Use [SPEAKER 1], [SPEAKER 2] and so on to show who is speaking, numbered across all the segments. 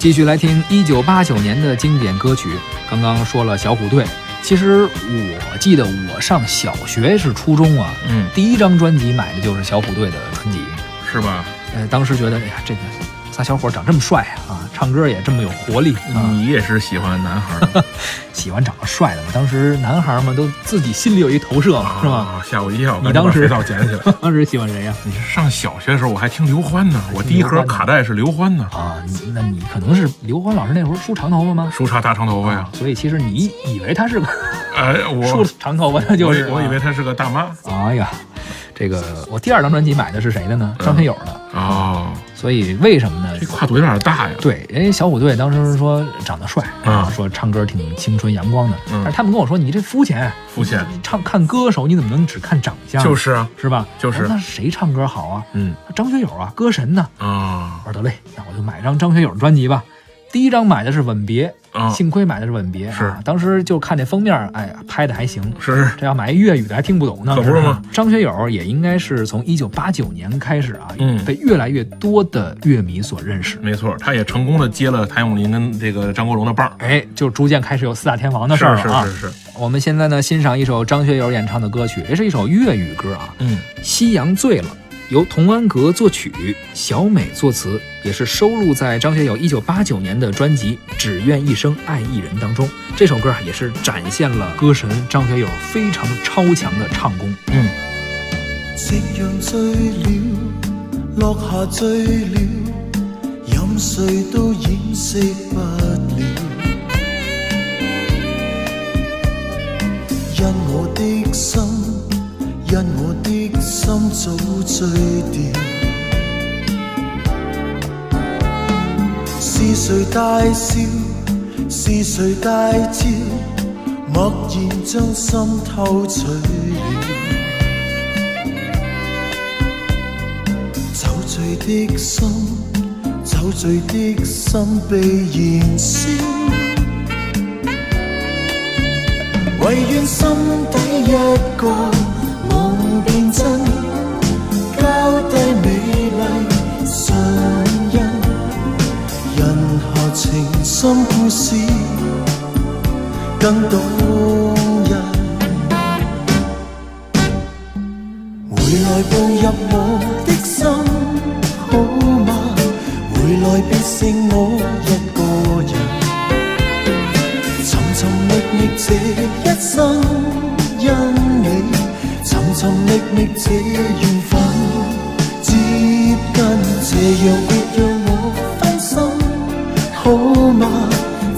[SPEAKER 1] 继续来听一九八九年的经典歌曲。刚刚说了小虎队，其实我记得我上小学是初中啊，
[SPEAKER 2] 嗯，
[SPEAKER 1] 第一张专辑买的就是小虎队的专辑。
[SPEAKER 2] 是吧？
[SPEAKER 1] 呃，当时觉得，哎呀，这个仨小伙长这么帅啊，唱歌也这么有活力啊，
[SPEAKER 2] 你也是喜欢男孩儿
[SPEAKER 1] 喜欢长得帅的嘛。当时男孩嘛，都自己心里有一投射 嘛，是吧？
[SPEAKER 2] 啊？吓我一跳！
[SPEAKER 1] 你当时
[SPEAKER 2] 倒捡起来。
[SPEAKER 1] 啊 当时喜欢谁呀、
[SPEAKER 2] 你是上小学的时候，我还听刘欢 呢，我第
[SPEAKER 1] 听
[SPEAKER 2] 一
[SPEAKER 1] 刘
[SPEAKER 2] 盒
[SPEAKER 1] 欢呢
[SPEAKER 2] 卡带是刘欢呢，
[SPEAKER 1] 啊？你那你可能是刘欢老师那会儿梳长头发吗？
[SPEAKER 2] 梳叉大长头发呀。
[SPEAKER 1] 所以其实你以为他是个
[SPEAKER 2] 哎，我
[SPEAKER 1] 啊梳长头发，他就是
[SPEAKER 2] 我以我以
[SPEAKER 1] 啊
[SPEAKER 2] 为她是个大妈
[SPEAKER 1] 哎呀，这个我第二张专辑买的是谁的呢？
[SPEAKER 2] 嗯
[SPEAKER 1] 张学友的。
[SPEAKER 2] 哦，
[SPEAKER 1] 所以为什么呢
[SPEAKER 2] 这？跨度有点大呀。
[SPEAKER 1] 啊对，人家小虎队当时说长得帅，
[SPEAKER 2] 嗯
[SPEAKER 1] 说唱歌挺青春阳光的，
[SPEAKER 2] 嗯
[SPEAKER 1] 但是他们跟我说你这肤浅，
[SPEAKER 2] 肤浅
[SPEAKER 1] 你唱看歌手你怎么能只看长相？
[SPEAKER 2] 就是是啊，
[SPEAKER 1] 是吧？哦
[SPEAKER 2] 就是
[SPEAKER 1] 那谁唱歌好啊？
[SPEAKER 2] 嗯
[SPEAKER 1] 张学友啊，歌神呐、
[SPEAKER 2] 啊
[SPEAKER 1] 我说得嘞，那我就买张张学友的专辑吧。第一张买的是《吻别》，
[SPEAKER 2] 啊，
[SPEAKER 1] 幸亏买的是《吻别》
[SPEAKER 2] 是
[SPEAKER 1] 啊，当时就看这封面，哎，拍的还行，
[SPEAKER 2] 是
[SPEAKER 1] 这要买粤语的还听不懂呢，
[SPEAKER 2] 可不是吗
[SPEAKER 1] 吧？张学友也应该是从一九八九年开始啊，
[SPEAKER 2] 嗯
[SPEAKER 1] 被越来越多的乐迷所认识。
[SPEAKER 2] 没错，她也成功的接了谭咏麟跟这个张国荣的棒儿。
[SPEAKER 1] 哎，就逐渐开始有四大天王的事
[SPEAKER 2] 是
[SPEAKER 1] 儿了啊！
[SPEAKER 2] 是是是，
[SPEAKER 1] 我们现在呢，欣赏一首张学友演唱的歌曲，这是一首粤语歌啊，
[SPEAKER 2] 嗯，
[SPEAKER 1] 《夕阳醉了》，由童安格作曲，小美作词，也是收录在张学友1989年的专辑《只愿一生爱一人》当中。这首歌啊，也是展现了歌神张学友非常超强的唱功。
[SPEAKER 2] 嗯
[SPEAKER 3] 夕阳醉了，落下醉了，任谁都掩饰不了。因我的心，因我的心早醉掉。是谁大笑？是谁大叫？默然将心偷取了。酒醉的心，酒醉的心被燃烧。唯愿心底一个梦变真，交低美丽唇印。人下情深故事更动人。回来步入我的心，好吗？回来别剩我一个人，寻寻觅觅这一生因你，寻寻觅觅这缘分，接近这样别让我分心，好吗？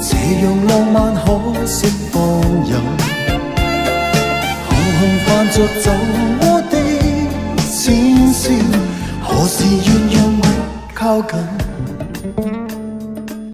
[SPEAKER 3] 这样浪漫可惜放任。紅紅泛着酒窩的淺笑，何時願讓我靠近？